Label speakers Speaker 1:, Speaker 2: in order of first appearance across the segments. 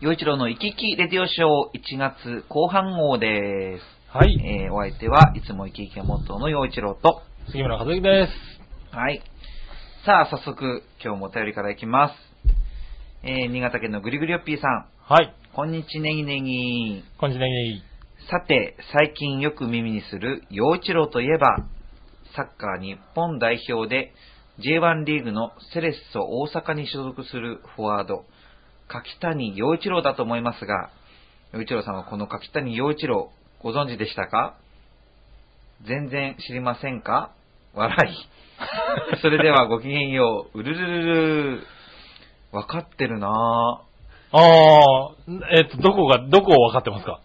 Speaker 1: 洋一郎の行き来レディオショー1月後半号です。
Speaker 2: はい。
Speaker 1: えー、お相手はいつも生き生きがモットーの洋一郎と、
Speaker 2: 杉村和樹です。
Speaker 1: はい。さあ、早速、今日もお便りからいきます。えー、新潟県のぐりぐりおっぴーさん、
Speaker 2: はい。
Speaker 1: こんにちねぎねぎ。
Speaker 2: こんにちは。ネギ
Speaker 1: さて、最近よく耳にする洋一郎といえば、サッカー日本代表で J1 リーグのセレッソ大阪に所属するフォワード、柿谷洋一郎だと思いますが、洋一郎さんはこの柿谷洋一郎、ご存知でしたか全然知りませんか笑い。それではごきげんよう、うるるるる。わかってるなぁ。
Speaker 2: あー、えっと、どこが、どこを分かってますか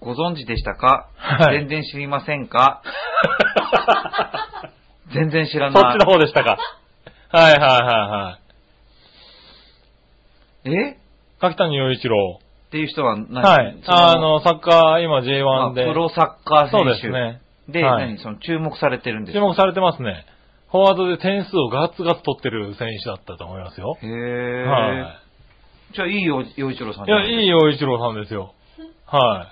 Speaker 1: ご存知でしたか、
Speaker 2: はい
Speaker 1: 全然知りませんか 全然知ら
Speaker 2: そっ
Speaker 1: な
Speaker 2: ち
Speaker 1: い
Speaker 2: の。方でし たか。はいはいは
Speaker 1: え
Speaker 2: いはい。柿谷陽一郎。
Speaker 1: っていう人は何
Speaker 2: はい。
Speaker 1: そ
Speaker 2: あの、サッカー、今
Speaker 1: あ
Speaker 2: J1 で。
Speaker 1: プロサッカー選
Speaker 2: そうで
Speaker 1: 手。
Speaker 2: すね。
Speaker 1: で
Speaker 2: はい
Speaker 1: 何その注目されてるんです
Speaker 2: 注
Speaker 1: か
Speaker 2: 目されてますね。フォワードで点数をガツガツ取ってる選手だったと思いますよ。
Speaker 1: へえ、
Speaker 2: は
Speaker 1: じゃあいいよ、洋一郎さん
Speaker 2: い。いや、いい
Speaker 1: よ。
Speaker 2: 陽一郎さんですよ。は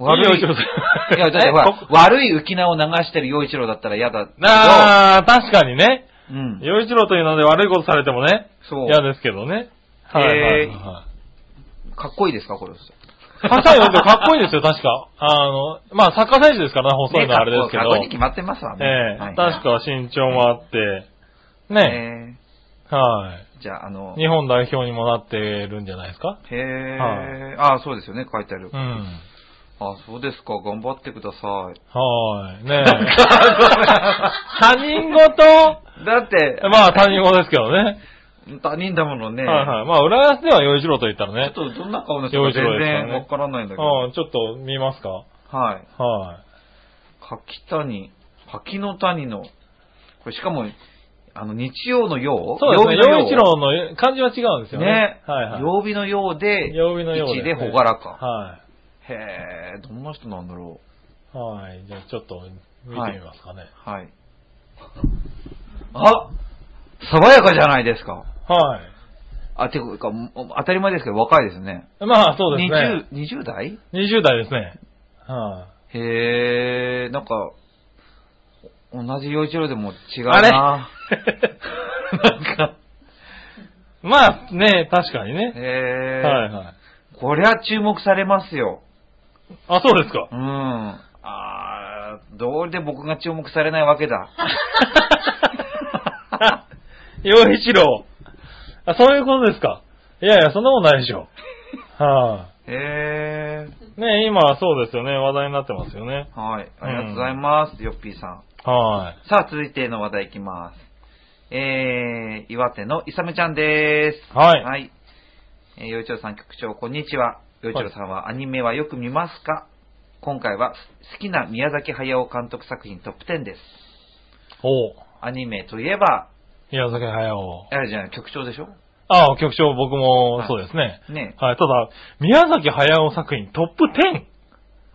Speaker 2: い。
Speaker 1: 悪い。
Speaker 2: いいよ洋一郎さん
Speaker 1: いや、だってほら
Speaker 2: えこ
Speaker 1: 悪い浮き名を流してる洋一郎だったら嫌だけど。
Speaker 2: あー、確かにね。
Speaker 1: うん。
Speaker 2: 陽一郎というので悪いことされてもね。
Speaker 1: そう。
Speaker 2: 嫌ですけどね。はいはいは
Speaker 1: かっこいいですか、これ。
Speaker 2: い。葛西洋一郎かっこいいですよ、確か。あの、まあ、サッカー選手ですからね、細いのはあれですけ
Speaker 1: ねかっこいいに
Speaker 2: ど。
Speaker 1: 決まってますわね。
Speaker 2: え
Speaker 1: はい
Speaker 2: え、確か身長もあって、ね
Speaker 1: え
Speaker 2: は
Speaker 1: ーじゃあ、あの
Speaker 2: い。、日本代表にもなってるんじゃないですか
Speaker 1: へえ、
Speaker 2: は
Speaker 1: ああ、そうですよね、書いてある。
Speaker 2: う
Speaker 1: あ
Speaker 2: ん。
Speaker 1: あ、そうですか、頑張ってください。
Speaker 2: はー い。ねえ。他人事
Speaker 1: だって、
Speaker 2: まあ、他人事ですけどね。
Speaker 1: 他人だものね。
Speaker 2: はいはい。まあ、浦安では洋一郎と言ったらね。
Speaker 1: ちょっとどんな顔の人か全然わからないんだけど。
Speaker 2: うん、ちょっと見ますか
Speaker 1: はい。
Speaker 2: は
Speaker 1: 柿谷、柿の谷の、これしかも、あの、日曜の
Speaker 2: い
Speaker 1: 曜。
Speaker 2: そうですね。
Speaker 1: 曜
Speaker 2: 洋
Speaker 1: 日
Speaker 2: 一
Speaker 1: の
Speaker 2: 郎の漢字は違うんですよね。
Speaker 1: ね。
Speaker 2: はいはい。
Speaker 1: 曜日の曜で、
Speaker 2: 曜日のよう
Speaker 1: 一
Speaker 2: す
Speaker 1: でほ
Speaker 2: ね
Speaker 1: がらか。
Speaker 2: は
Speaker 1: へえ、どんな人なんだろ
Speaker 2: い。はい。じゃあちょっと見てみますかね。
Speaker 1: う。はい。あ爽やかじゃないですか。
Speaker 2: はい。
Speaker 1: あ、ていうか、も当たり前ですけど若いですね。
Speaker 2: まあそうですね。
Speaker 1: 20、20代
Speaker 2: 20, 代ですね。は
Speaker 1: へえ、なんか、お同じ洋一郎でも違
Speaker 2: い。
Speaker 1: う な。
Speaker 2: なんか、まあね、確かにね。
Speaker 1: へえ、
Speaker 2: はいはい。
Speaker 1: こりゃ注目されますよ。
Speaker 2: あ、そうですか
Speaker 1: う。ん。あー、どうで僕が注目されないわけ だ。
Speaker 2: 洋一郎。あ、そういうことですか。いやいや、そんなことないでしょ。は
Speaker 1: へえ、
Speaker 2: い。ね今そうですよね。話題になってますよね。
Speaker 1: はい。ありがとうございます、よっぴーさん。
Speaker 2: は
Speaker 1: さあ、続いての話題いきます。えー、岩手のいさめちゃんです。
Speaker 2: はい
Speaker 1: はい。えー、よいちろさん局長、こんにちは。よいちろさんはアニメはよく見ますか今回は好きな宮崎駿監督作品トップ10です。
Speaker 2: い。おう。
Speaker 1: アニメといえば、
Speaker 2: 宮崎駿。
Speaker 1: あれじゃない、局長でしょ
Speaker 2: ああ、局長、僕もそうですね。
Speaker 1: ね
Speaker 2: はい、ただ、宮崎駿作品トップ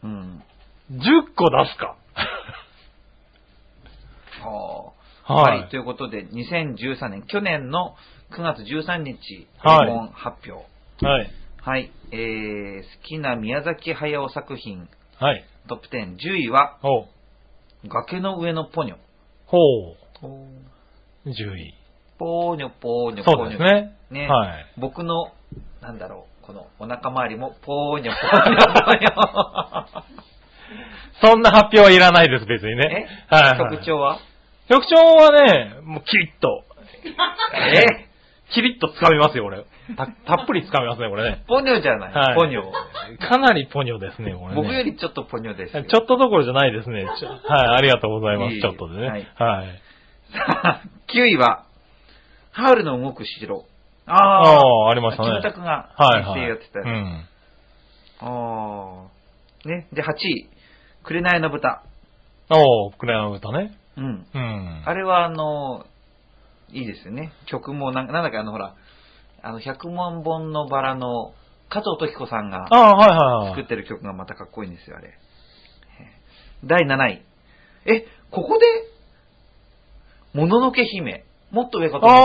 Speaker 1: うん。
Speaker 2: 10、10個出 すか。
Speaker 1: はあ。
Speaker 2: はい
Speaker 1: ということで、2013年、去年の9月13日、
Speaker 2: はい
Speaker 1: 日本発表。
Speaker 2: はい。
Speaker 1: はい。えー、好きな宮崎駿作品
Speaker 2: はい。
Speaker 1: トップ10、10位は、
Speaker 2: ほう。
Speaker 1: 崖の上のポニョ。
Speaker 2: ほ
Speaker 1: ポ
Speaker 2: う。10位。
Speaker 1: ーニョポーニョポ
Speaker 2: そう
Speaker 1: ーニ
Speaker 2: で
Speaker 1: ョ。
Speaker 2: す。ね。
Speaker 1: ね
Speaker 2: はい。
Speaker 1: 僕の、なんだろう、このお腹周りもポーニョポーニョポーニ
Speaker 2: そんな発表はいらないです、別に
Speaker 1: ョ。え
Speaker 2: ね。はい、はい。
Speaker 1: 特。徴は
Speaker 2: 局長はね、もうキリッと、
Speaker 1: え
Speaker 2: キリッと掴みますよ、これ。 た、たっぷり掴みますね、これね。
Speaker 1: ポニョじゃない、
Speaker 2: はい
Speaker 1: ポニョ。
Speaker 2: かなりポニョですね、これね。
Speaker 1: 僕よりちょっとポニョですよ。
Speaker 2: ちょっとどころじゃないですね。ちょはい、ありがとうございま
Speaker 1: いえいえ
Speaker 2: す、ちょっとでね。
Speaker 1: は
Speaker 2: はいい。
Speaker 1: さあ、9位は、ハウルの動く城。あ
Speaker 2: あ
Speaker 1: あ、
Speaker 2: あ、ありましたね。
Speaker 1: キムタクが
Speaker 2: はい
Speaker 1: 先
Speaker 2: はい。
Speaker 1: 生やってたやつ
Speaker 2: うん。
Speaker 1: ああ。ね。で、8位、紅の豚。
Speaker 2: おー、クレアの歌ね。
Speaker 1: うん。
Speaker 2: うん。
Speaker 1: あれは、あの、いいですよね。曲もなん、なんだっけ、あの、ほら、あの、100万本のバラの加藤時子さんが
Speaker 2: ああはいはい
Speaker 1: 作
Speaker 2: はい
Speaker 1: っ。てる曲がまたかっこいいんですよ、あれ。第7位。え、ここで、もののけ姫。もっと上かと思っ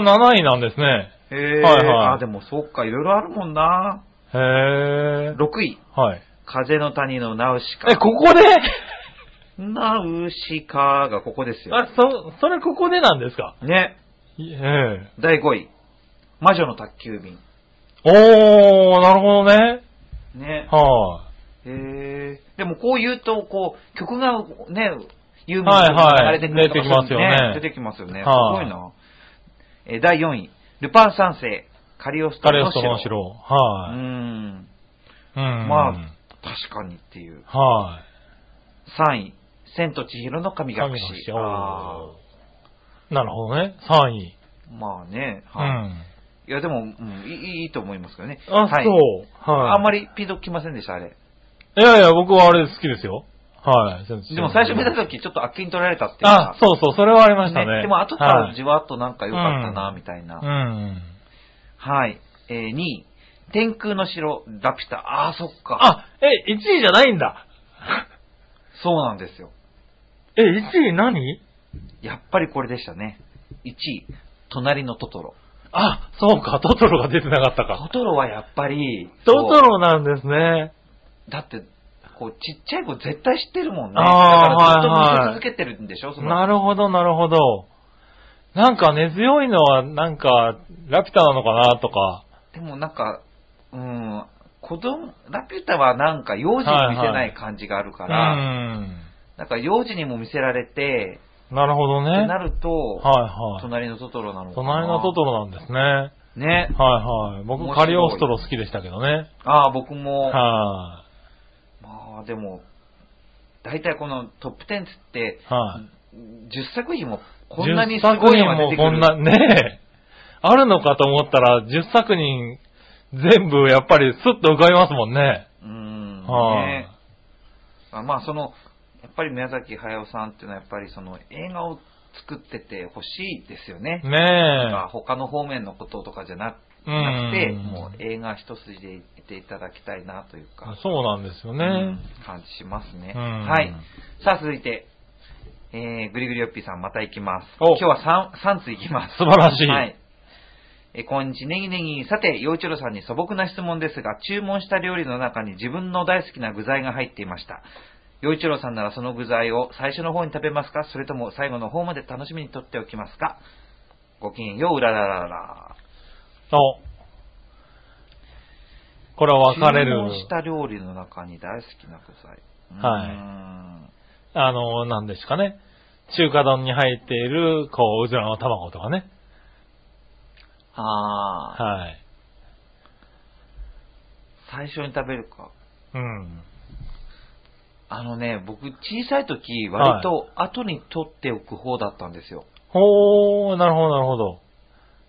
Speaker 1: てた。
Speaker 2: ああ、7位なんですね。
Speaker 1: へえ、
Speaker 2: はいはい
Speaker 1: あ、でもそっか、いろいろあるもんな。
Speaker 2: へえ。
Speaker 1: 6位、
Speaker 2: はい。
Speaker 1: 風の谷のナウシカ。
Speaker 2: え、こ こで
Speaker 1: ナウシカがここですよ。
Speaker 2: あ、そ、それここでなんですか
Speaker 1: ね。
Speaker 2: いええ。
Speaker 1: 第5位、魔女の宅急便。
Speaker 2: おー、なるほどね。
Speaker 1: ね。
Speaker 2: は
Speaker 1: へえ。でもこう言うと、こう、曲がね、有名
Speaker 2: はいはい
Speaker 1: 流れてくるとか
Speaker 2: 出てきますよね
Speaker 1: そういうの出てきますよね。す
Speaker 2: は
Speaker 1: ご
Speaker 2: い
Speaker 1: いな。えー、第4位、ルパン三世、カリオス
Speaker 2: い。
Speaker 1: ト
Speaker 2: カレ
Speaker 1: ロ
Speaker 2: ー
Speaker 1: の
Speaker 2: スト
Speaker 1: 城。
Speaker 2: の城。
Speaker 1: うー
Speaker 2: は
Speaker 1: ん。
Speaker 2: い。うん。
Speaker 1: ま確かにっていう。
Speaker 2: あ。はい。
Speaker 1: 3位、千と千尋の神隠
Speaker 2: 神
Speaker 1: し。
Speaker 2: 隠し
Speaker 1: あ
Speaker 2: なるほどね。3位。
Speaker 1: ーまあね、
Speaker 2: う
Speaker 1: はい
Speaker 2: ん。
Speaker 1: いやでも、うんいいいいと思いますけどね。は
Speaker 2: あ、
Speaker 1: い
Speaker 2: そう。はい。
Speaker 1: あんまりピンときませんでした、あれ。
Speaker 2: いやいや、僕はあれ好きですよ。はい。
Speaker 1: でも最初見た
Speaker 2: 時
Speaker 1: 時ちょっとあっけに取られたっていうのが
Speaker 2: あ、そうそう、それはありましたね。
Speaker 1: でも後からじ
Speaker 2: 分
Speaker 1: わっとなんか良かったな、みたいな。
Speaker 2: うん。
Speaker 1: はい。えー、2位。天空の城、ラピュタ。ああ、そっか。
Speaker 2: あ、え、1位じゃないんだ。
Speaker 1: そうなんですよ。
Speaker 2: え、1位何
Speaker 1: やっぱりこれでしたね。1位。隣のトトロ。
Speaker 2: あ、そうか、トトロが出てなかった
Speaker 1: ト
Speaker 2: か。
Speaker 1: トロはやっぱり、
Speaker 2: トト
Speaker 1: こ
Speaker 2: ロなんですね。
Speaker 1: うだって、こう、ちっちゃい子絶対知ってるもんね。だ
Speaker 2: あー
Speaker 1: からずっと見せ続けてるんでしょ、その。
Speaker 2: なるほど、なるほど。なんか根強いのは、なんか、ラピュタなのかな、とか。
Speaker 1: でもなんか、うん、子供、ラピュタはなんか幼児に見せない感じがある
Speaker 2: う
Speaker 1: から、
Speaker 2: ん。
Speaker 1: なんか幼児にも見せられて、
Speaker 2: なるほど
Speaker 1: って
Speaker 2: ね。
Speaker 1: なると、
Speaker 2: はいはい。
Speaker 1: 隣のトトロなのかな。
Speaker 2: 隣のトトロなんですね。は
Speaker 1: ロ。ね
Speaker 2: い。はい。僕、カリオストロ好きでしたけどね。
Speaker 1: ああ、僕も、
Speaker 2: は
Speaker 1: まあでも、大体このトップ10つって、
Speaker 2: い。はい。
Speaker 1: 10作品もこんなに
Speaker 2: 10
Speaker 1: すご
Speaker 2: 作
Speaker 1: いの
Speaker 2: 品
Speaker 1: が出
Speaker 2: も
Speaker 1: てく
Speaker 2: こ
Speaker 1: る
Speaker 2: ん。な、ねえ。あるのかと思ったら、10作品全部やっぱりスッと浮かびますもんね。
Speaker 1: うーん、
Speaker 2: はい
Speaker 1: ね。あまあその、やっぱり宮崎駿さんっていうのはやっぱりその映画を作っててほしいですよね。なんか
Speaker 2: ね
Speaker 1: 他の方面のこととかじゃな
Speaker 2: え。う
Speaker 1: なくて、
Speaker 2: ん。
Speaker 1: もう映画一筋でいていただきたいなというか、
Speaker 2: そうなんですよ
Speaker 1: う
Speaker 2: ね
Speaker 1: ん。感じしますね。
Speaker 2: うん
Speaker 1: はい。さあ続いて、えー、ぐりぐりよっぴーさんまた行きます。
Speaker 2: お
Speaker 1: 今日は 3, 3つ行きます。
Speaker 2: 素晴らしい
Speaker 1: はい。えー、こんにちは、ネギネギ。さて、洋一郎さんに素朴な質問ですが、注文した料理の中に自分の大好きな具材が入っていました。洋一郎さんならその具材を最初の方に食べますかそれとも最後の方まで楽しみにとっておきますかごきげんよう、うららららら。
Speaker 2: お。これは分かれ
Speaker 1: 注
Speaker 2: る。
Speaker 1: 文した料理の中に大好きな具材。は
Speaker 2: あの、なんですかね。中華丼に入っている、こう、うずらの卵とかね。
Speaker 1: い。ああ、
Speaker 2: はい。
Speaker 1: 最初に食べるか。
Speaker 2: うん。
Speaker 1: あのね、僕、小さい時、割と後に取っておく方だったんですよ。
Speaker 2: ほー、なるほど、なるほど。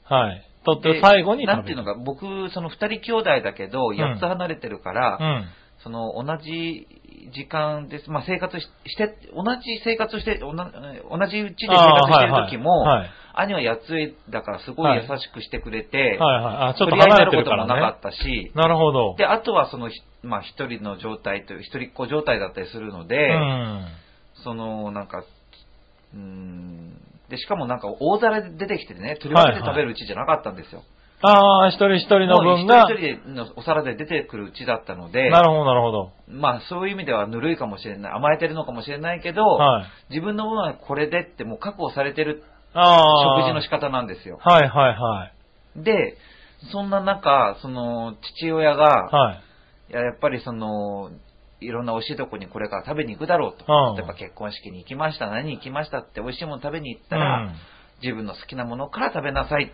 Speaker 2: はい。とって
Speaker 1: で
Speaker 2: 最後に食べる。
Speaker 1: なんていうのか、僕、その二人兄弟だけど、
Speaker 2: ん
Speaker 1: 八つ離れてるから、その、同じ時間です。まあ、生活しして、同じ生活して、おな同じうちで生活してる時も、
Speaker 2: あーはいはいはい
Speaker 1: 兄は八つ上だから、すごい優しくしてくれて、
Speaker 2: うん。はいはい。あ、ちょっ
Speaker 1: 取
Speaker 2: と
Speaker 1: り合いにな
Speaker 2: 離れて
Speaker 1: る
Speaker 2: る
Speaker 1: こ
Speaker 2: か
Speaker 1: とも
Speaker 2: ら
Speaker 1: な
Speaker 2: ね
Speaker 1: か。ったし、
Speaker 2: なるほど。
Speaker 1: で、あとはその、ひまあ、一人の状態という、一人っ子状態だったりするので、
Speaker 2: うん。
Speaker 1: その、なんか、うーん、で、しかもなんか大皿で出てきてね、取り分けて食べるうちじゃなかったんですよ。
Speaker 2: ああ、一人一人の
Speaker 1: もう
Speaker 2: 分が、
Speaker 1: 一人一人のお皿で出てくるうちだったので、
Speaker 2: なるほど、なるほど。
Speaker 1: まあ、そういう意味ではぬるいかもしれない、甘えてるのかもしれないけど、
Speaker 2: はい。
Speaker 1: 自分のものはこれでってもう確保されてる
Speaker 2: ああ。
Speaker 1: 食事の仕方なんですよ。
Speaker 2: はい、はい、はい。
Speaker 1: で、そんな中、その、父親が、
Speaker 2: はい。
Speaker 1: いや、やっぱりその、いろんな美味しいとこにこれから食べに行くだろうと。
Speaker 2: うん
Speaker 1: 例えば結婚式に行きました、何に行きましたって美味しいもの食べに行った
Speaker 2: う
Speaker 1: ら、
Speaker 2: ん。
Speaker 1: 自分の好きなものから食べなさいって。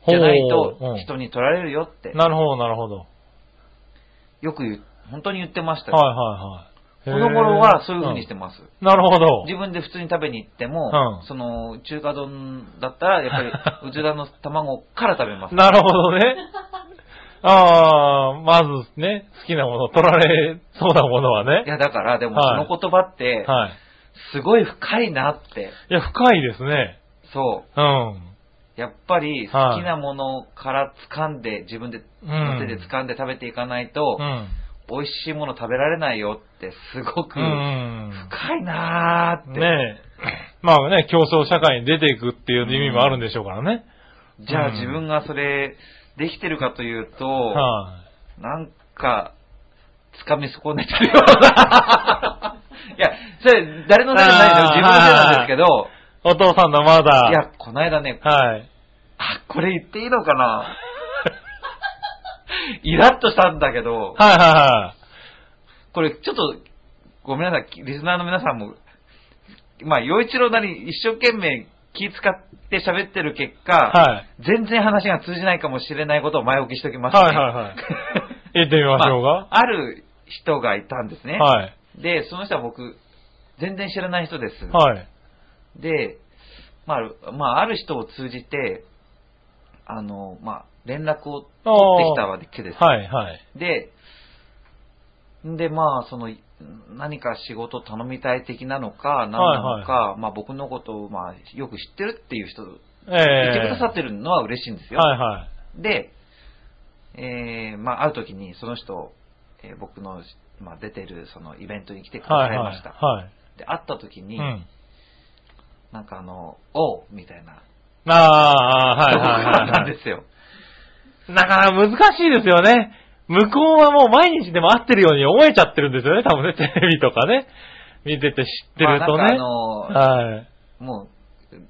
Speaker 2: ほう
Speaker 1: じゃない
Speaker 2: うん
Speaker 1: と人に取られるよって、
Speaker 2: なるほど、なるほど。
Speaker 1: よく言う本当に言ってましたよ。
Speaker 2: はい、はい、はい。
Speaker 1: この頃はそういう風にして
Speaker 2: ま
Speaker 1: ます。
Speaker 2: す。なるほど。
Speaker 1: 自分で普通に食べに行っても、
Speaker 2: うん
Speaker 1: その中華丼だったら、やっ ぱりうずらの卵から食べます。
Speaker 2: なるほどね。ああ、まずね、好きなもの、取られそうなものはいね。
Speaker 1: や、だから、でもそ
Speaker 2: は
Speaker 1: の
Speaker 2: い
Speaker 1: 言葉って、
Speaker 2: はい。
Speaker 1: すごい深いなって、
Speaker 2: いや、深いですね。
Speaker 1: そう。
Speaker 2: うん。
Speaker 1: やっぱり好きなものから掴んで、自分で、
Speaker 2: うん
Speaker 1: の手で掴んで食べていかないと
Speaker 2: う、ん。
Speaker 1: 美味しいもの食べられないよって、すごく深
Speaker 2: うん。
Speaker 1: いなーって。
Speaker 2: ねえ。まあね、競争社会に出ていくっていう意味もあるんでしょうからね。
Speaker 1: じゃあ
Speaker 2: うん
Speaker 1: 自分がそれできてるかというと、
Speaker 2: は
Speaker 1: なんか、掴み損ねてるような。 いや、それ、誰のせいじゃないですよ。自分のせいなんで
Speaker 2: い。お父さんのマ
Speaker 1: すけ
Speaker 2: ダ
Speaker 1: ど、
Speaker 2: ー。
Speaker 1: いや、この間ね、
Speaker 2: はい。
Speaker 1: あ、これ言っていいのかな イラッとしたんだけど、
Speaker 2: はいは
Speaker 1: これちょっと、ごめんなさい、リスナーの皆さんも、まあ、洋一郎なり一生懸命気使って喋ってる結果、
Speaker 2: いはい。はい。
Speaker 1: 全然話が通じないかもしれないことを前置きしておきます、
Speaker 2: はいはいはい行ってみ ましょう
Speaker 1: ま
Speaker 2: か。
Speaker 1: あある人がいたんですね。
Speaker 2: はい。
Speaker 1: で、その人は僕、全然知らない人です。
Speaker 2: はい。
Speaker 1: で、まあある、まあ、ある人を通じて、あの、まあ、連絡を取ってきたわけです。
Speaker 2: はいはい。
Speaker 1: で、で、まあ、その、何か仕事頼みたい的なのか、何なのか、まあ僕のことを、まあ、よく知ってるっていう人、
Speaker 2: え
Speaker 1: 言
Speaker 2: え
Speaker 1: ってくださってるのは嬉しいんですよ。
Speaker 2: はいはい。
Speaker 1: で、えーまあ、会う時にその人、えー僕の、まあ、出てるそのイベントに来てくだ
Speaker 2: はい
Speaker 1: さ
Speaker 2: はい
Speaker 1: ま
Speaker 2: い。
Speaker 1: した。
Speaker 2: はい。
Speaker 1: で、会った時に、
Speaker 2: うん。
Speaker 1: なんかあの、おうみたいな、
Speaker 2: ああ、はいはいはい
Speaker 1: な
Speaker 2: は
Speaker 1: ん
Speaker 2: い。
Speaker 1: ですよ。
Speaker 2: なかなか難しいですよね。向こうはもう毎日でも会ってるように思えちゃってるんですよね、多分ね、テレビとかね。見てて知ってると
Speaker 1: まあなんかあ
Speaker 2: ね。
Speaker 1: の
Speaker 2: はい。
Speaker 1: もう、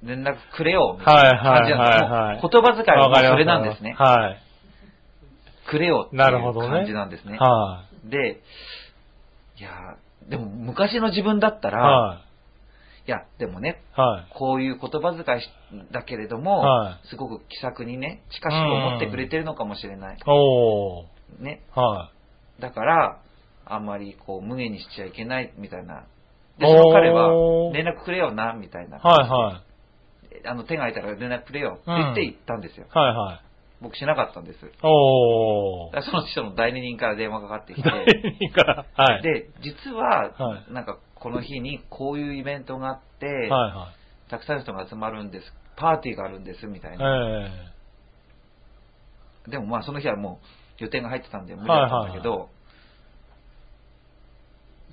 Speaker 1: 連絡くれよ、みたい
Speaker 2: はい
Speaker 1: な感
Speaker 2: はい
Speaker 1: じ
Speaker 2: は
Speaker 1: ないん
Speaker 2: はい。
Speaker 1: ですもう言葉遣いはもうそれなんですね。
Speaker 2: はい。
Speaker 1: くれよっていう
Speaker 2: なるほどね。
Speaker 1: 感じなんですね。
Speaker 2: は
Speaker 1: で、いやー、でも昔の自分だった
Speaker 2: い。
Speaker 1: ら、
Speaker 2: はい
Speaker 1: や、でもね、
Speaker 2: い。はい。
Speaker 1: こういう言葉遣いしだけれども、
Speaker 2: は
Speaker 1: すごく気さくにね、近しく思ってくれてるのかもしれない。
Speaker 2: おー。
Speaker 1: ね。
Speaker 2: は
Speaker 1: だから、あんまりこう、無限にしちゃいけない、みたいな。で、
Speaker 2: お
Speaker 1: そ
Speaker 2: ー
Speaker 1: の彼は、連絡くれよな、みたい
Speaker 2: い。
Speaker 1: な。
Speaker 2: はいはい。
Speaker 1: あの、手が空いたから連絡くれよ、って言って行ったんですよ。
Speaker 2: はいはい。
Speaker 1: 僕しなかったんです。
Speaker 2: お
Speaker 1: だか。
Speaker 2: ー
Speaker 1: らその人の代理人から電話かかってきて、
Speaker 2: 第二から。はい。
Speaker 1: で、実は、
Speaker 2: は
Speaker 1: なんかこの日にこういうイベントがあって、
Speaker 2: はいは
Speaker 1: たくさんの人が集まるんです、パーティーがあるんですみたい
Speaker 2: い。
Speaker 1: な。
Speaker 2: え
Speaker 1: でもまあその日はもう予定が入ってたんで無理だったんだけど、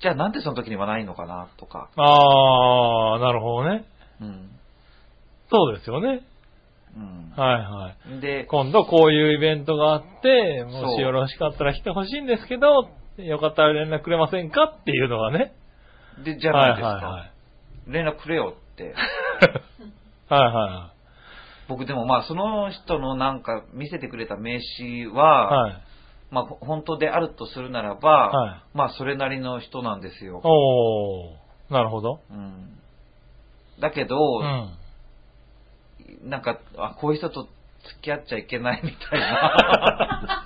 Speaker 1: じゃあなんでその時にはないのかなとか、
Speaker 2: え。あー、なるほどね。
Speaker 1: うん。
Speaker 2: そうですよね。
Speaker 1: うん
Speaker 2: はいはい。
Speaker 1: で、
Speaker 2: 今度こういうイベントがあって、
Speaker 1: そ
Speaker 2: も
Speaker 1: う
Speaker 2: しよろしかったら来てほしいんですけど、よかったら連絡くれませんかっていうのがね。
Speaker 1: でじ
Speaker 2: は
Speaker 1: ゃ
Speaker 2: い
Speaker 1: あな
Speaker 2: は
Speaker 1: んです
Speaker 2: い
Speaker 1: か、
Speaker 2: はい。
Speaker 1: 連絡くれよ って。
Speaker 2: はいは
Speaker 1: 僕でもまあその人のなんか見せてくれた名刺
Speaker 2: い
Speaker 1: は、
Speaker 2: はい。はい。
Speaker 1: まあほ本当であるとするならば、
Speaker 2: は
Speaker 1: まあそれなりの人なんですよ。
Speaker 2: おー、なるほど。
Speaker 1: うんだけど、
Speaker 2: うん。
Speaker 1: なんかあ、こういう人と付き合っちゃいけないみたい な。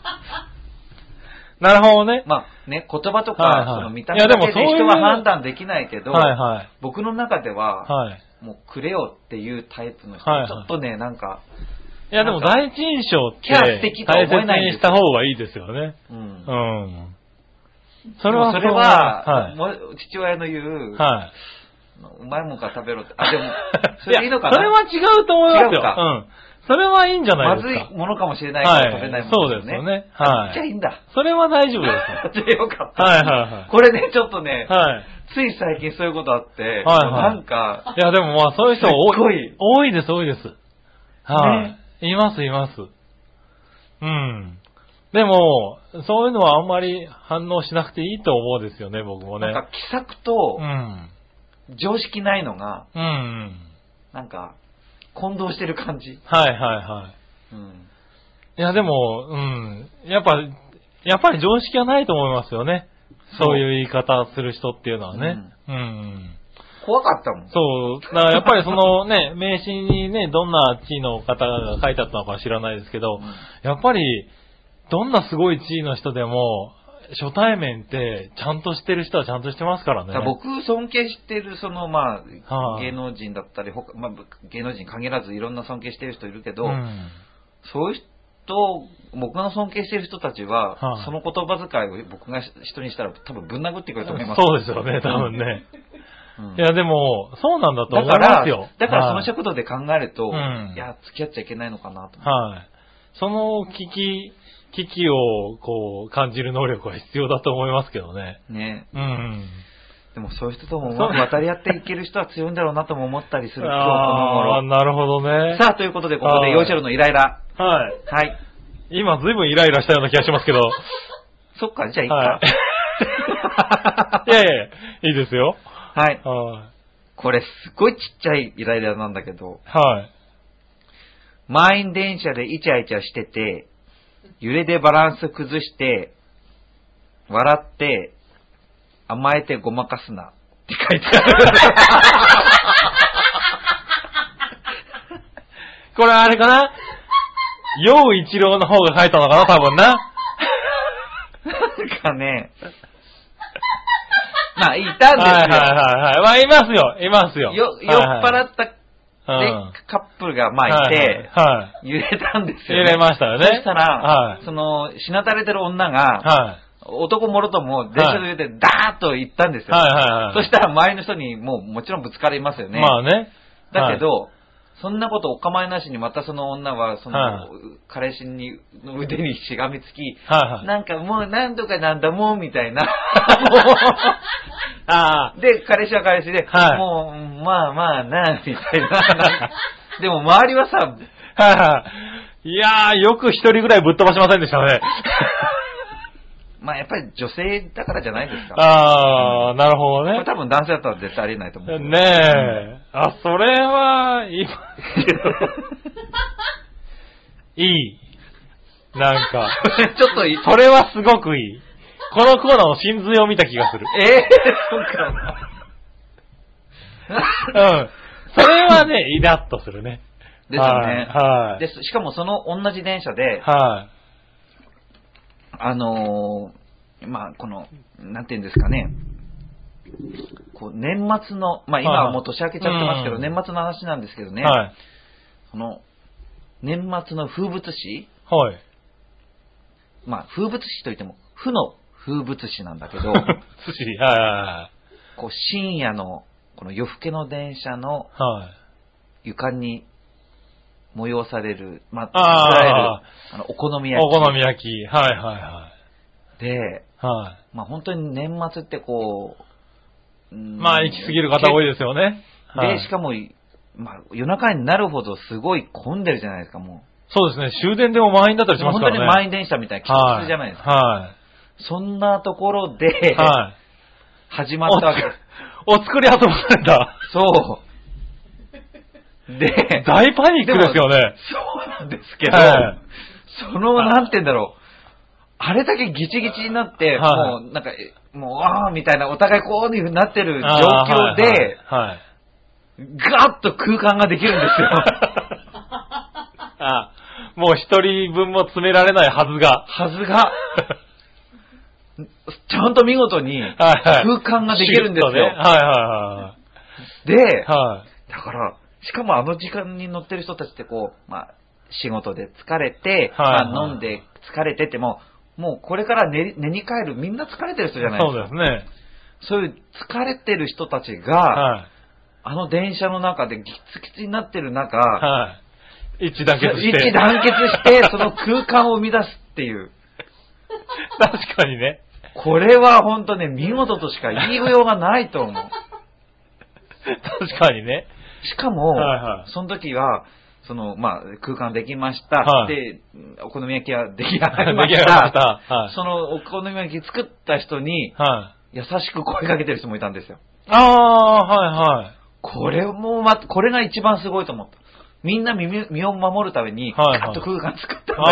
Speaker 2: なるほどね。
Speaker 1: まあね、言葉とか、
Speaker 2: はいはい
Speaker 1: その見た目だ
Speaker 2: いや
Speaker 1: け
Speaker 2: でもそうい
Speaker 1: で人
Speaker 2: う
Speaker 1: は判断できないけど、
Speaker 2: はいはい。
Speaker 1: 僕の中では、
Speaker 2: はい。
Speaker 1: もうくれよっていうタイプの人、
Speaker 2: はいはい
Speaker 1: ちょっとね、なんか、
Speaker 2: いやでも第一印象って
Speaker 1: キャラ素敵とは
Speaker 2: 大
Speaker 1: 思え
Speaker 2: 切
Speaker 1: ないんで
Speaker 2: に
Speaker 1: すよ
Speaker 2: した方がいいですよね。
Speaker 1: うん。
Speaker 2: うん。
Speaker 1: でもそれは、
Speaker 2: はい。
Speaker 1: もう父親の言う、
Speaker 2: はい。
Speaker 1: うまいもんから食べろって。あ、で も、それいいのか
Speaker 2: やそれ
Speaker 1: な
Speaker 2: は違うと思います
Speaker 1: 違う
Speaker 2: よ。
Speaker 1: か
Speaker 2: うん。それはいいんじゃな
Speaker 1: ま
Speaker 2: いです
Speaker 1: ず
Speaker 2: か。
Speaker 1: いものかもしれないから食べないもんですよね。
Speaker 2: はいそうですよねはい
Speaker 1: あじゃあいいんだ。
Speaker 2: それは大丈夫です
Speaker 1: じ
Speaker 2: よ。
Speaker 1: ゃあよかった。
Speaker 2: はいはいはい
Speaker 1: これね、ちょっと ね、
Speaker 2: はい。
Speaker 1: つい最近そういうことあって、
Speaker 2: はい
Speaker 1: なんか、
Speaker 2: いや、でもまあ、そういう人多
Speaker 1: すっごい
Speaker 2: い。多いです、多いです。はい、
Speaker 1: ね
Speaker 2: います、います。うん。でも、そういうのはあんまり反応しなくていいと思うんですよね、僕もね。
Speaker 1: なんか気さく
Speaker 2: う
Speaker 1: と
Speaker 2: ん。
Speaker 1: 常識ないのが、
Speaker 2: うんうん。
Speaker 1: なんか、混同してる感じ。
Speaker 2: はいはいは
Speaker 1: うん。
Speaker 2: い。いや、でも、うん。やっぱ、やっぱり常識はないと思いますよね。そういう言い方する人っていうのはね。うん。うん
Speaker 1: 怖かったもん。
Speaker 2: そう。だからやっぱりそのね、 名刺にね、どんな地位の方が書いてあったのか知らないですけど、
Speaker 1: うん
Speaker 2: やっぱり、どんなすごい地位の人でも、初対面って、ちゃんとしてる人はちゃんとしてますからね
Speaker 1: だか。ら僕尊敬してる、その、まあ、
Speaker 2: はい
Speaker 1: 芸能人だったり、他まあ、芸能人限らずいろんな尊敬してる人いるけど、
Speaker 2: うん、
Speaker 1: そういう人、僕の尊敬してる人たちは、
Speaker 2: はい
Speaker 1: その言葉遣いを僕が人にしたら多分ぶん殴ってくると思います。
Speaker 2: そうですよね、多分ね。
Speaker 1: うん
Speaker 2: いや、でも、そうなんだと
Speaker 1: だ
Speaker 2: 思
Speaker 1: か
Speaker 2: いま
Speaker 1: ら
Speaker 2: すよ。、
Speaker 1: だからその
Speaker 2: はい、
Speaker 1: 尺度で考えると、
Speaker 2: うん
Speaker 1: いや、付き合っちゃいけないのかなと思
Speaker 2: はい。その危機、危機を、こう、感じる能力は必要だと思いますけどね。
Speaker 1: う。ね。
Speaker 2: うん。
Speaker 1: でもそういう人ともうまく渡り合っていける人は強いんだろうなとも思ったりする、今日
Speaker 2: あ
Speaker 1: この
Speaker 2: あ、なるほどね
Speaker 1: 頃。。さあ、ということで、ここ
Speaker 2: は
Speaker 1: で、
Speaker 2: い
Speaker 1: 幼稚園のイライラ。
Speaker 2: はい。
Speaker 1: はい。
Speaker 2: 今、ずいぶんイライラしたような気がしますけ ど。
Speaker 1: そっか、じゃあ、いっか。
Speaker 2: は。
Speaker 1: はい
Speaker 2: いやいやいや、いいですよ。
Speaker 1: い。
Speaker 2: は
Speaker 1: これ、すごいちっちゃいイライラなんだけど、
Speaker 2: い。はい。
Speaker 1: 満員電車でイチャイチャしてて、揺れでバランス崩して、笑って、甘えてごまかすな。って書いてあ る。
Speaker 2: これあれかな陽一郎の方が書いたのかな多分な。
Speaker 1: なんかね、まあ、いたんですよ。
Speaker 2: はいはいはいはい。まあ、いますよ。いますよ。
Speaker 1: よ、酔っ払った、ねカップルが、まあ、いて、
Speaker 2: はい。
Speaker 1: 揺れたんですよ、
Speaker 2: 揺れましたよね
Speaker 1: そしたら、
Speaker 2: はい
Speaker 1: その、しなたれてる女が、
Speaker 2: はい。
Speaker 1: 男もろとも、電車で揺れて、ダーッと行ったんですよ。
Speaker 2: はいはいはい。
Speaker 1: そしたら、周りの人に、もう、もちろんぶつかりますよね。
Speaker 2: まあね。
Speaker 1: だけど、そんなことお構いなしに、またその女は、その、
Speaker 2: は
Speaker 1: 彼氏に、の腕にしがみつき、
Speaker 2: はい、はいはい。
Speaker 1: なんかもう、なんとかなんだもう、みた いな。
Speaker 2: あ
Speaker 1: で、彼氏は彼氏で、
Speaker 2: はい
Speaker 1: もう、まあまあな、みたい な。でも周りはさ、
Speaker 2: あ、はいはい。いやー、よく一人ぐらいぶっ飛ばしませんでしたね。
Speaker 1: まあやっぱり女性だからじゃないですか。
Speaker 2: あー、なるほど
Speaker 1: これ
Speaker 2: ね。
Speaker 1: 多分男性だったら絶対ありえないと思う。
Speaker 2: ねえ。あ、それは、 いい。いい。な んか、
Speaker 1: ちょっとい、
Speaker 2: それはすごくいい。このコーナーの真髄を見た気がする。
Speaker 1: ええそうか
Speaker 2: うん。それはね、イラッとするね。
Speaker 1: ですよね。
Speaker 2: はいはい
Speaker 1: でしかもその同じ電車で、
Speaker 2: は
Speaker 1: あのーまあこの、なんていうんですかね、こう年末の、まあ今はもう年明けちゃってますけど、
Speaker 2: うん
Speaker 1: 年末の話なんですけど
Speaker 2: い。
Speaker 1: ね、
Speaker 2: はい。
Speaker 1: その、年末の風物詩
Speaker 2: はい。
Speaker 1: まあ、風物詩といっても、負の風物詩なんだけ ど、
Speaker 2: 寿司、は
Speaker 1: こう深夜の、この夜更けの電車の
Speaker 2: い。はい。
Speaker 1: 床に催される、まあ、
Speaker 2: あ
Speaker 1: い
Speaker 2: ー
Speaker 1: わゆる、あの、お好み焼
Speaker 2: お好み焼き。はいはいは
Speaker 1: きで、
Speaker 2: い。はい。
Speaker 1: まあ本当に年末ってこう、うん
Speaker 2: まあ、行き過ぎる方多いですよね。はい
Speaker 1: で、しかも、まあ、夜中になるほどすごい混んでるじゃないですか、も
Speaker 2: そうですね。終電でも満員だった
Speaker 1: う。
Speaker 2: りします
Speaker 1: 本
Speaker 2: か
Speaker 1: 当
Speaker 2: らね。
Speaker 1: に満員電車みたいな気
Speaker 2: はい
Speaker 1: 質じゃないですか。
Speaker 2: は
Speaker 1: そんなところで、
Speaker 2: い。はい。
Speaker 1: 始まったわけです。
Speaker 2: お作り遊ばれた。
Speaker 1: そう。 で、
Speaker 2: 大パニックですよね。
Speaker 1: そうなんですけど、
Speaker 2: はい
Speaker 1: その、なんて言うんだろう。あれだけギチギチになって、
Speaker 2: はい
Speaker 1: もう、なんか、えもう、ああ、みたいな、お互いこういう風になってる状況で、
Speaker 2: あーはいはいはい。
Speaker 1: ガッと空間がで きるん ですよ。
Speaker 2: あもう一人分も詰められないはずが。
Speaker 1: はずが、ちゃんと見事に
Speaker 2: はいはい
Speaker 1: 空間ができるんですよ。
Speaker 2: シュッとねはいは
Speaker 1: で
Speaker 2: いはい。、は
Speaker 1: だから、しかもあの時間に乗ってる人たちってこう、まあ、仕事で疲れて、
Speaker 2: はい
Speaker 1: まあ、飲んで疲れてても、もうこれから寝寝に帰るみんな疲れてる人じゃ
Speaker 2: い。
Speaker 1: ないですか。
Speaker 2: そうですね。
Speaker 1: そういう疲れてる人たちが、
Speaker 2: は
Speaker 1: あの電車の中でギツギツになってる中、
Speaker 2: い。はい。一致団結して。
Speaker 1: 一致団結して、その空間を生み出すっていう。
Speaker 2: 確かにね。
Speaker 1: これは本当ね、見事としか言いようがないと思う。
Speaker 2: 確かにね。
Speaker 1: しかも、
Speaker 2: はいはい
Speaker 1: その時は、その、まあ、空間できました。
Speaker 2: はい
Speaker 1: で、お好み焼きは出来上がり
Speaker 2: 出来上
Speaker 1: ま
Speaker 2: が
Speaker 1: し。
Speaker 2: りましたた。はい。
Speaker 1: そのお好み焼き作った人に、
Speaker 2: はい。
Speaker 1: 優しく声かけてる人もいたんですよ。
Speaker 2: ああ、はいはい。
Speaker 1: これもま、これが一番すごいと思った。みんな身身を守るために、
Speaker 2: はいはい
Speaker 1: ガッと空間作ったんだけ
Speaker 2: あ
Speaker 1: ど、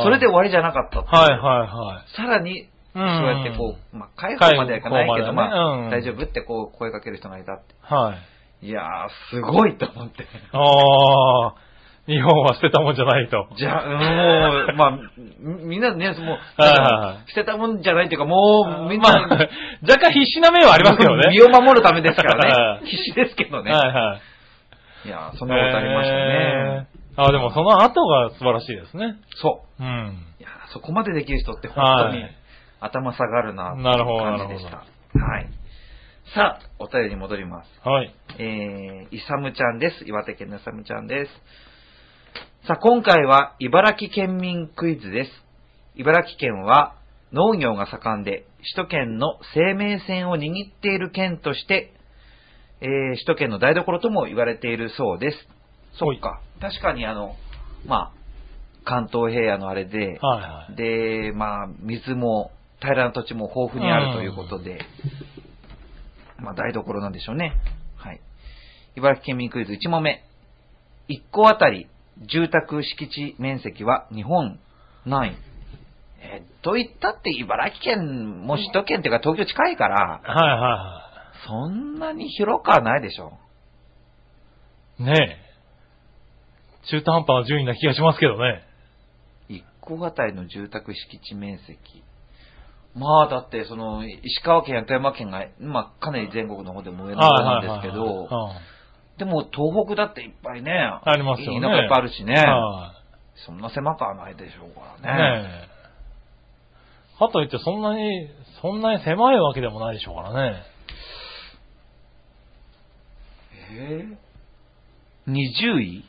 Speaker 2: あ。
Speaker 1: それで終わりじゃなかったっていう
Speaker 2: はいは
Speaker 1: さらに、
Speaker 2: う
Speaker 1: そ
Speaker 2: ん
Speaker 1: うやってこう、まあ、解放まではいかないけど、
Speaker 2: 解放までね
Speaker 1: ま
Speaker 2: うん
Speaker 1: あ、大丈夫ってこう、声かける人がいたって。
Speaker 2: いはい。はい。
Speaker 1: いやー、すごいと思って。
Speaker 2: ああ、日本は捨てたもんじゃないと。
Speaker 1: じゃあ、もう、まあ、みみんなね、も
Speaker 2: はいはいは
Speaker 1: う、捨てたもんじゃないっていうか、もう、みん
Speaker 2: ま
Speaker 1: な、
Speaker 2: あ、若干必死な面はありますよね。
Speaker 1: 身を守るためですから
Speaker 2: は
Speaker 1: ね。必死ですけどね。
Speaker 2: はいはい。
Speaker 1: いやー、そんなことありましたね。
Speaker 2: えー。あでもその後が素晴らしいですね。
Speaker 1: そ
Speaker 2: うん。
Speaker 1: う。いやーそこまでできる人って本当に
Speaker 2: はい
Speaker 1: 頭下がるな、
Speaker 2: なるほど
Speaker 1: 感じでした。はい。さあ、お便りに戻ります。
Speaker 2: はい。
Speaker 1: えー、いさむちゃんです。岩手県のいさむちゃんです。さあ、今回は茨城県民クイズです。茨城県は農業が盛んで、首都圏の生命線を握っている県として、えー首都圏の台所とも言われているそうです。そっか。確かにあの、まあ、関東平野のあれで、
Speaker 2: はいはい。
Speaker 1: で、まあ、水も平らな土地も豊富にあるということで、まあ、台所なんでしょうね。はい。茨城県民クイズ1問目。1個あたり住宅敷地面積は日本何位えーと言ったって茨城県も首都圏っていうか東京近いから、
Speaker 2: はいは
Speaker 1: そんなに広くはないでしょ
Speaker 2: いはい。ねえ。中途半端な順位な気がしますけどね。
Speaker 1: う。1個あたりの住宅敷地面積。まあ、だって、その、石川県や富山県が、まあ、かなり全国の方でも上の方なんですけど、
Speaker 2: はいはいはいはい
Speaker 1: でも東北だっていっぱいね。
Speaker 2: ありますよね
Speaker 1: いいのがいっぱいあるしね。
Speaker 2: うんは
Speaker 1: そんな狭くはないでしょうか
Speaker 2: い。
Speaker 1: らね。
Speaker 2: ねえ。かといってそんなに、そんなに狭いわけでもないでしょうからね。
Speaker 1: えー、20位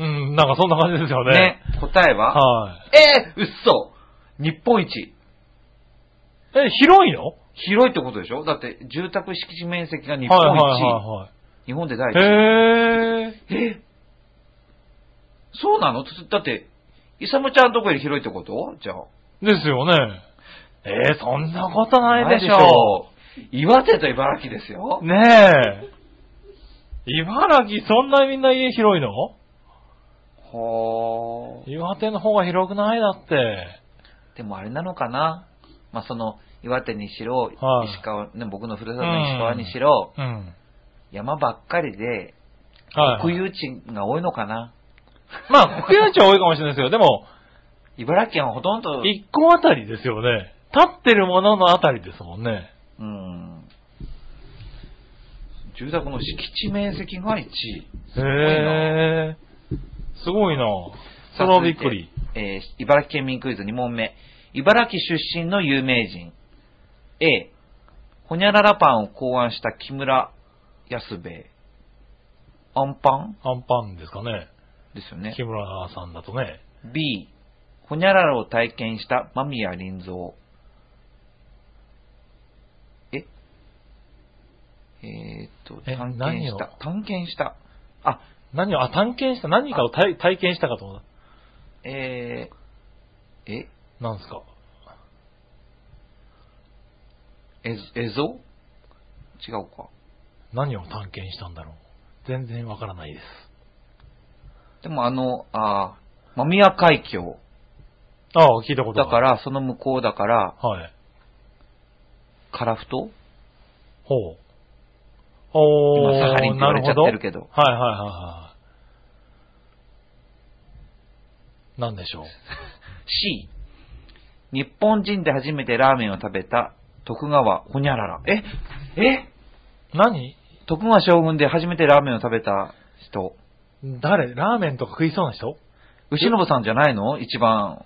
Speaker 2: うん、なんかそんな感じですよね。
Speaker 1: ね。答えは
Speaker 2: は
Speaker 1: えー、うっそ日本一
Speaker 2: い。え、広いの
Speaker 1: 広いってことでしょだって住宅敷地面積が日本一。
Speaker 2: はいは
Speaker 1: 日本で第
Speaker 2: い
Speaker 1: 一
Speaker 2: はい
Speaker 1: 位。
Speaker 2: はい。へえ。
Speaker 1: えそうなのつだって、イサムちゃんとこより広いってことじゃあ。
Speaker 2: ですよね。えー、そんなことないでしょ
Speaker 1: う。岩手と茨城ですよ。
Speaker 2: ねえ。茨城、そんなみんな家広いの
Speaker 1: はあ。
Speaker 2: 岩手の方が広くないだって。
Speaker 1: でもあれなのかな、まあ、その岩手にしろ、
Speaker 2: はい
Speaker 1: 石川ね、僕のふるさとの石川にしろ、
Speaker 2: うん。
Speaker 1: 山ばっかりで、
Speaker 2: はい。
Speaker 1: 国有地が多いのかな、
Speaker 2: まあ、国有地は多いかもしれないですよ。でも、
Speaker 1: 茨城県はほとんど、
Speaker 2: 一個あたりですよね。立ってるもののあたりですもんね。
Speaker 1: うん、住宅の敷地面積が1位。
Speaker 2: へえ。すごいな。それはびっくり。
Speaker 1: さあ。続いてえー茨城県民クイズ2問目。茨城出身の有名人。A、ほにゃららパンを考案した木村安兵衛。あんパン
Speaker 2: アンパンですかね。
Speaker 1: ですよね。
Speaker 2: 木村さんだとね。
Speaker 1: B、ホニャララを体験した間宮林蔵。ええーっと、
Speaker 2: え
Speaker 1: 探検した
Speaker 2: 何。
Speaker 1: 探検した。あ、
Speaker 2: 何を、あ、探検した、何かを体体験したかと思っ
Speaker 1: えー、え、
Speaker 2: た。なんですか。
Speaker 1: えぞ、えぞ違うか。
Speaker 2: 何を探検したんだろう。全然わからないです。
Speaker 1: でもあの、あー間宮海峡。
Speaker 2: ああ、聞いたこと。
Speaker 1: だからら、その向こうだから、
Speaker 2: はい。
Speaker 1: 樺太
Speaker 2: ほう。おー、
Speaker 1: 今サハリンって言われちゃってるけど
Speaker 2: なほはいはいはいはい。なんでしょう。
Speaker 1: C、日本人で初めてラーメンを食べた徳川ホニャララ。ええ
Speaker 2: 何
Speaker 1: 徳川将軍で初めてラーメンを食べた人、
Speaker 2: 誰ラーメンとか食いそうな人
Speaker 1: 牛信さんじゃないの一番、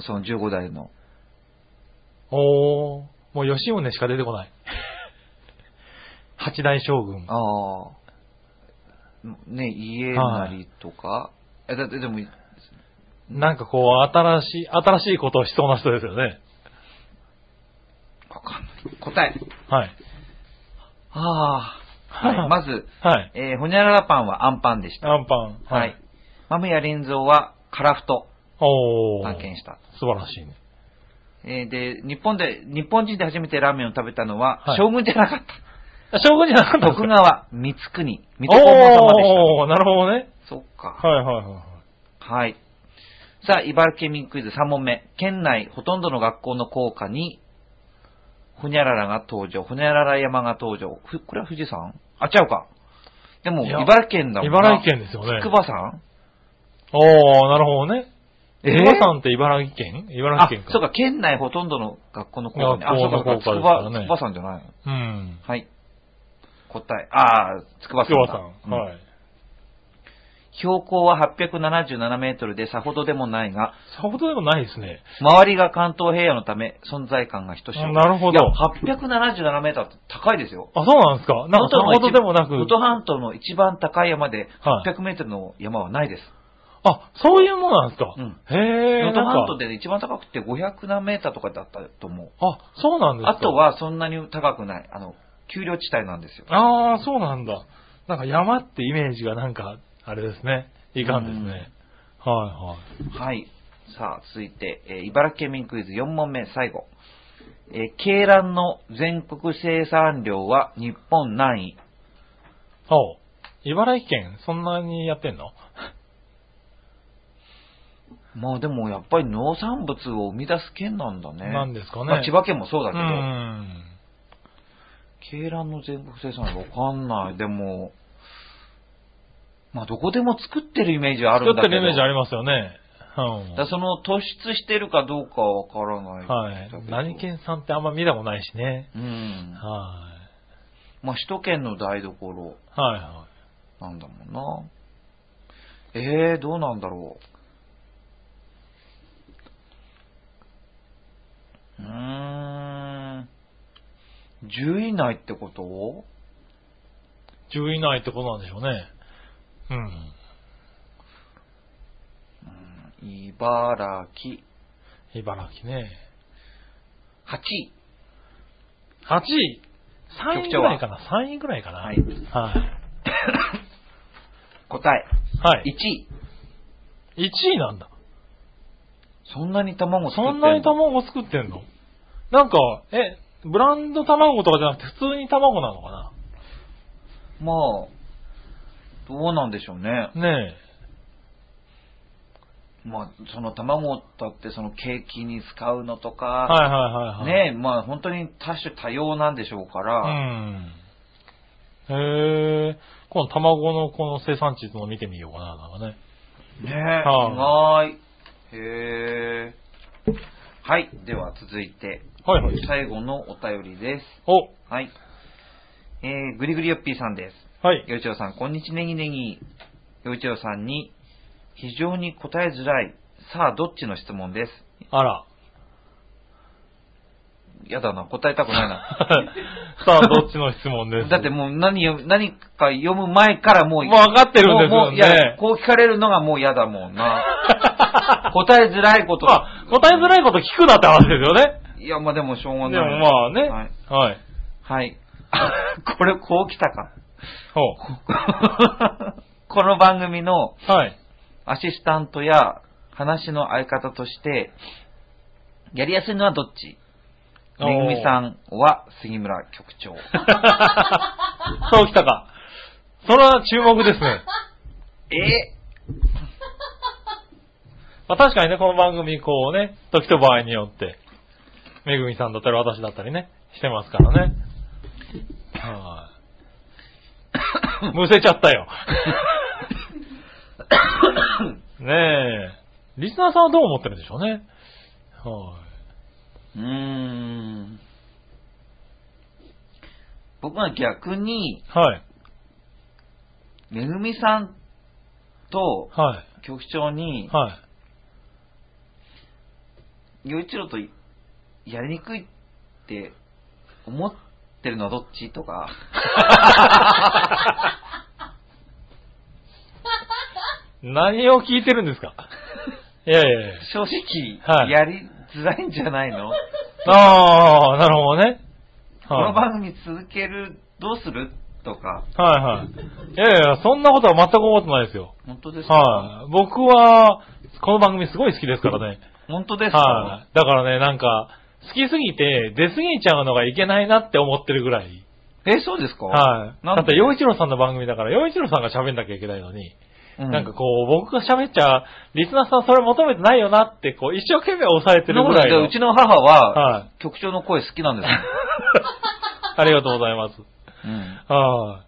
Speaker 1: その15代の。
Speaker 2: おー、もう吉宗しか出てこない。 八大将軍。
Speaker 1: ああ。ね、家なりとか。え、だってでも、
Speaker 2: なんかこう、新しい、新しいことをしそうな人ですよね。
Speaker 1: わかんない。答 え。
Speaker 2: はい。
Speaker 1: ああ。はい。まず、
Speaker 2: はい。
Speaker 1: えー、ほにゃららパンはアンパンでした。
Speaker 2: アンパン。
Speaker 1: はい。。マムヤ林蔵は、カラフト、
Speaker 2: おー。
Speaker 1: 探検した。
Speaker 2: 素晴らしいね。
Speaker 1: えーで、日本で、日本人で初めてラーメンを食べたのは、
Speaker 2: はい
Speaker 1: 将軍じゃなかっ。
Speaker 2: あ将軍じゃなかったたんですか
Speaker 1: 徳川、光国、光黄門様でした。
Speaker 2: おー、なるほどね。
Speaker 1: そっか。
Speaker 2: はいはいはいはい。
Speaker 1: はい。さあ、茨城県民クイズ3問目。県内ほとんどの学校の校歌に、ほにゃららが登場、ほにゃらら山が登場。ふこれは富士山あ、違うか。でも、
Speaker 2: いや
Speaker 1: 茨城県だもんな。
Speaker 2: 茨城県ですよね
Speaker 1: 筑波山
Speaker 2: おー、なるほどね。
Speaker 1: え
Speaker 2: え
Speaker 1: ー
Speaker 2: 筑波山って茨城県茨
Speaker 1: あ
Speaker 2: 城県、か。
Speaker 1: そうか、県内ほとんどの学校の校歌に。あ、
Speaker 2: 学
Speaker 1: そ
Speaker 2: 校
Speaker 1: うか、
Speaker 2: の
Speaker 1: そうか、筑
Speaker 2: 校歌ですから
Speaker 1: 波、
Speaker 2: ね
Speaker 1: 筑波山じゃないの。
Speaker 2: うん。
Speaker 1: はい。答え、あー、筑波
Speaker 2: 筑
Speaker 1: 山
Speaker 2: 波
Speaker 1: だ。
Speaker 2: 山。
Speaker 1: うん
Speaker 2: はい。
Speaker 1: 標高は877メートルでさほどでもないが、
Speaker 2: さほどでもないですね。
Speaker 1: 周りが関東平野のため存在感がひとしお。
Speaker 2: あなるほ
Speaker 1: い
Speaker 2: ど
Speaker 1: や、877メーターって高いですよ。
Speaker 2: あ、そうなんですかなんかさほどでもなく。
Speaker 1: 能登半島の一番高い山で
Speaker 2: はい
Speaker 1: 800メートルの山はないです。
Speaker 2: ああ、そういうものなんですか。
Speaker 1: うん
Speaker 2: へえ。
Speaker 1: 能登半島
Speaker 2: で。
Speaker 1: で一番高くて500何メーターとかだったと思う。
Speaker 2: あ、そうなんですか。
Speaker 1: あと。はそんなに高くない。あの、丘陵地帯なんですよ。
Speaker 2: ああ、そうなんだ。なんか山ってイメージがなんか、あれですね。いかんですね。は
Speaker 1: はい。さあ、続いて、えー茨城県民クイズ4問目、最後。えー、鶏卵の全国生産量は日本何位
Speaker 2: いはい。お茨城県、そんなにやってんの
Speaker 1: まあでもやっぱり農産物を生み出す県なんだね。
Speaker 2: なんですかね
Speaker 1: まあ千葉県もそう
Speaker 2: う
Speaker 1: だけど、
Speaker 2: ん。
Speaker 1: 鶏卵の全国生産量わかんない。でも、まあどこでも作ってるイメージはある
Speaker 2: 作
Speaker 1: んだ
Speaker 2: って
Speaker 1: けど。
Speaker 2: るイメージありますよね。う
Speaker 1: だ
Speaker 2: ん
Speaker 1: からその突出してるかどうかはわからない。
Speaker 2: はい。何県産ってあんま見たことないしね。
Speaker 1: うん。
Speaker 2: は
Speaker 1: まあ首都圏の台所
Speaker 2: い。はいは
Speaker 1: なんだもんな。ええー、どうなんだろう。うーん。10位以内ってこと
Speaker 2: い。10位以内ってことなんでしょうね。うん。
Speaker 1: 茨城。
Speaker 2: 茨城ね。
Speaker 1: 8位。
Speaker 2: 8位 !3 位
Speaker 1: 局長
Speaker 2: ぐら
Speaker 1: はい
Speaker 2: かな ?3 位ぐらいかな
Speaker 1: はい
Speaker 2: はい。
Speaker 1: 答え。
Speaker 2: はい。
Speaker 1: 1位。
Speaker 2: 1位なんだ。
Speaker 1: そんなに卵作って
Speaker 2: そ
Speaker 1: の
Speaker 2: んなに卵作ってんのなんか、え、ブランド卵とかじゃなくて普通に卵なのか
Speaker 1: まあ、どうなんでしょうね。
Speaker 2: なね
Speaker 1: まあ、その卵だってそのケーキに使うのとか、
Speaker 2: え。はいはいはいはい。
Speaker 1: ねえ、まあ本当に多種多様なんでしょうから、
Speaker 2: うん。へえ。この卵のこの生産地の見てみようかな、なんか
Speaker 1: ね
Speaker 2: ね。
Speaker 1: え、
Speaker 2: は
Speaker 1: 意外。へえ。はい、では続いて、
Speaker 2: はいはい。
Speaker 1: 最後のお便りです。
Speaker 2: お、
Speaker 1: はい。えー、ぐりぐりよっぴーさんです。
Speaker 2: はい。
Speaker 1: よいちろうさん、こんにちねぎねぎ。よいちろうさんに、非常に答えづらい、さあどっちの質問です。
Speaker 2: あら。
Speaker 1: やだな、答えたくない な。
Speaker 2: さあ、どっちの質問です
Speaker 1: だってもう何よ、何か読む前からもう、
Speaker 2: もう分かってるんです
Speaker 1: もうも
Speaker 2: よ
Speaker 1: ういや
Speaker 2: ね、。
Speaker 1: こう聞かれるのがもう嫌だもんな。 答えづらいこと。
Speaker 2: まあ、答えづらいこと聞くなって話ですよね。
Speaker 1: いや、まあでもしょう
Speaker 2: で
Speaker 1: が
Speaker 2: も
Speaker 1: ない。
Speaker 2: まあね。
Speaker 1: はい。
Speaker 2: はい。
Speaker 1: はい、 これ、こう来たか。
Speaker 2: ほ
Speaker 1: この番組の
Speaker 2: う。はい。
Speaker 1: アシスタントや話の相方として、やりやすいのはどっちめぐみさんは杉村局長。
Speaker 2: そうきたか。それは注目ですね。
Speaker 1: え
Speaker 2: まあ確かにね、この番組こうね、時と場合によって、めぐみさんだったり私だったりね、してますからね。はい。むせちゃっ たよ。ねえ。リスナーさんはどう思ってるんでしょうね。は
Speaker 1: うーん。僕は逆に、
Speaker 2: い。はい。
Speaker 1: めぐみさんと
Speaker 2: は
Speaker 1: 局長に
Speaker 2: い。、はい。
Speaker 1: 洋一郎とやりにくいって思ってるのはどっちと か、
Speaker 2: 何を聞いてるんですかいやいやいや。
Speaker 1: 正直、
Speaker 2: はい
Speaker 1: やりづらいんじゃないの、
Speaker 2: ああ、なるほどね。
Speaker 1: この番組続ける、どうするとか、
Speaker 2: はいはい。いやいや、そんなことは全く思ってないですよ。
Speaker 1: 本当ですか、
Speaker 2: はい。僕は、この番組すごい好きですからね。
Speaker 1: 本当ですか、
Speaker 2: はい。だからね、なんか、好きすぎて出過ぎちゃうのがいけないなって思ってるぐらい。
Speaker 1: え、そうですか
Speaker 2: はい。だ
Speaker 1: なん
Speaker 2: って、
Speaker 1: で
Speaker 2: 洋一郎さんの番組だから、洋一郎さんが喋んなきゃいけないのに、
Speaker 1: う
Speaker 2: なんかこう、僕が喋っちゃ、リスナーさんそれ求めてないよなって、こう、一生懸命抑えてるぐらい
Speaker 1: な
Speaker 2: の。
Speaker 1: んかうちの母は、
Speaker 2: はい。
Speaker 1: 局長の声好きなん ですよ。
Speaker 2: ありがとうございます。
Speaker 1: うん
Speaker 2: は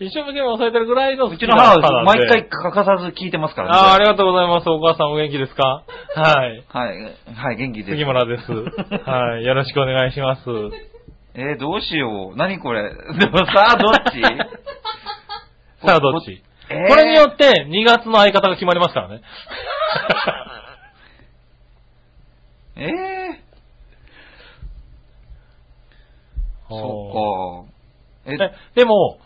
Speaker 2: い。一生懸命抑えてるぐらいの好
Speaker 1: う
Speaker 2: き
Speaker 1: ち
Speaker 2: な
Speaker 1: の母
Speaker 2: 方なんで
Speaker 1: は毎回欠かさず聞いてますからね。
Speaker 2: ああ、ありがとうございます。お母さんお元気ですかはい。
Speaker 1: はい、はい、元気です。
Speaker 2: 杉村です。 はい。よろしくお願いします。
Speaker 1: えー、どうしよう。何これ。 でもさあ、ど っち
Speaker 2: さあ、どっち、
Speaker 1: えー
Speaker 2: これによって2月の相方が決まりますからね。
Speaker 1: ええー、 そっか。え、
Speaker 2: えでも、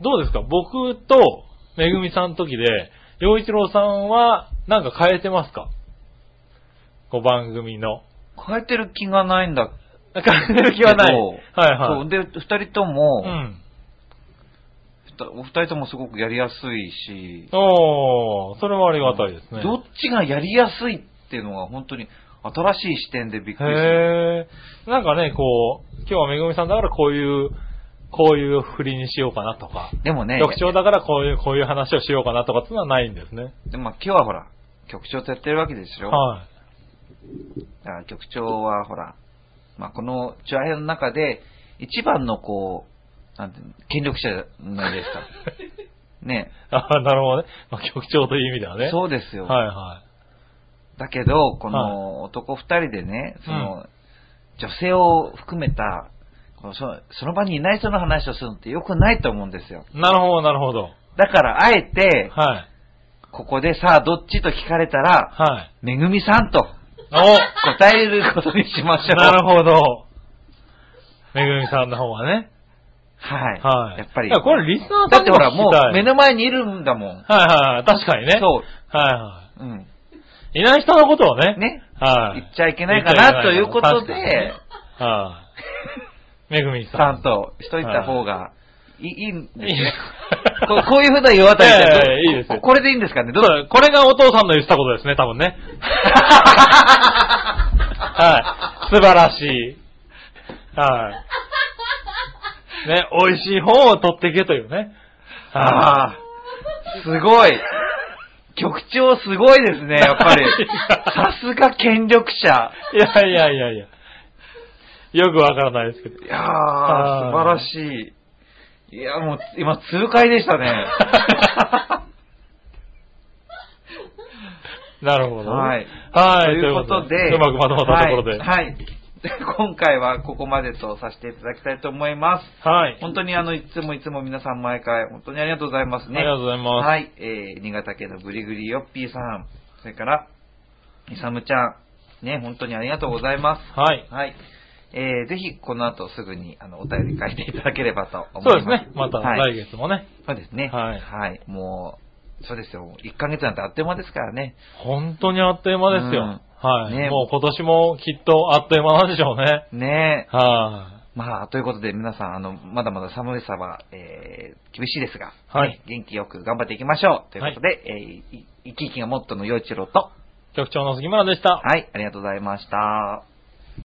Speaker 2: どうですか僕と、めぐみさんの時で、洋一郎さんは、なんか変えてますかこう番組の。
Speaker 1: 変えてる気がないんだけ
Speaker 2: 変えてる気
Speaker 1: ど。
Speaker 2: はない。はいは
Speaker 1: そう
Speaker 2: い。
Speaker 1: で、二人とも、
Speaker 2: うん。
Speaker 1: ふたお二人ともすごくやりやすいし、
Speaker 2: おー、それはありがたいですね。
Speaker 1: どっちがやりやすいっていうのは本当に新しい視点でびっくりする。
Speaker 2: へえ。なんかね、こう、今日はめぐみさんだからこういう、こういう振りにしようかなとか、
Speaker 1: でもね、
Speaker 2: 局長だからこういう、こういう話をしようかなとかっていうのはないんですね。
Speaker 1: でもまあ今日はほら、局長とやってるわけでしょ。
Speaker 2: は
Speaker 1: だから局長はほら、まあ、このチュアヘの中で、一番のこう、なんていうの権力者じゃないです か。ね
Speaker 2: い。ああ、なるほどね。まあ、局長という意味ではね。
Speaker 1: そうですよ。
Speaker 2: はいは
Speaker 1: だけど、この男二人でね、その、女性を含めた、このそのその場にいない人の話をするのって良くないと思うんですよ。
Speaker 2: い。なるほど、なるほど。
Speaker 1: だから、あえて、
Speaker 2: はい。
Speaker 1: ここでさあ、どっちと聞かれたら、
Speaker 2: はい。
Speaker 1: めぐみさんと
Speaker 2: お
Speaker 1: 答えることにしましょう。
Speaker 2: なるほど。めぐみさんの方はね。
Speaker 1: はい。
Speaker 2: はい。
Speaker 1: やっぱり。
Speaker 2: いや、これリスナー
Speaker 1: だ
Speaker 2: さ
Speaker 1: っ
Speaker 2: ん
Speaker 1: て
Speaker 2: に
Speaker 1: ほ
Speaker 2: も
Speaker 1: ら、
Speaker 2: 聞
Speaker 1: も
Speaker 2: きた
Speaker 1: う
Speaker 2: い。
Speaker 1: 目の前にいるんだもん。
Speaker 2: はいはいはい。確かにね。
Speaker 1: そ
Speaker 2: はいは
Speaker 1: う。うん。
Speaker 2: い。いない人のことをね。
Speaker 1: ね。
Speaker 2: はい。
Speaker 1: 言っちゃいけないかなということ
Speaker 2: 言っちゃいけない
Speaker 1: で、
Speaker 2: はい。めぐみ
Speaker 1: さ
Speaker 2: さん。
Speaker 1: んとしといた方がいいいいんです
Speaker 2: いいで
Speaker 1: ね。
Speaker 2: す
Speaker 1: こうこういうふうな世渡り
Speaker 2: いやい
Speaker 1: で
Speaker 2: やいやいいですよ
Speaker 1: これでいいんですかねど
Speaker 2: そううだこれがお父さんの言ってたことですね、多 分ね。はい。素晴らしい。はい。ね、美味しい方を取っていけというね。。
Speaker 1: ああ、すごい。局長すごいですね、やっぱり さすが権力者。
Speaker 2: い。いやいやいやいや。よくわからないですけど。
Speaker 1: いやー、素晴らしい。いや、もう、今、痛快でした ね。
Speaker 2: なるほど。
Speaker 1: はい。
Speaker 2: は
Speaker 1: と
Speaker 2: い。
Speaker 1: いうことで、
Speaker 2: うまくまとまったところで。
Speaker 1: はい。 はいで今回はここまでとさせていただきたいと思います。
Speaker 2: はい。
Speaker 1: 本当にあの、いつもいつも皆さん毎回、本当にありがとうございますね。
Speaker 2: ありがとうございます
Speaker 1: はい。えー、新潟県のぐりぐりよっぴーさん、それから、いさむちゃん、ね、本当にありがとうございま
Speaker 2: はい
Speaker 1: す。。はい。えー、ぜひ、この後すぐに、あの、お便り書いていただければと思います。
Speaker 2: そうですね。また
Speaker 1: はい。
Speaker 2: 来月もね。
Speaker 1: そうですね。
Speaker 2: はい
Speaker 1: はい。もう、そうですよ。1ヶ月なんてあっという間ですからね。
Speaker 2: 本当にあっという間ですよ。はい、
Speaker 1: ね
Speaker 2: もう今年もきっとあっという間なんでしょうね。
Speaker 1: ねえ。
Speaker 2: は
Speaker 1: まあ、ということで皆さん、あの、まだまだ寒いさは、えー、厳しいですが、
Speaker 2: はい
Speaker 1: ね元気よく頑張っていきましょう。ということで、えーい生き生きがモットーの陽一郎と、
Speaker 2: い。局長の杉村でした。
Speaker 1: はい、ありがとうございました。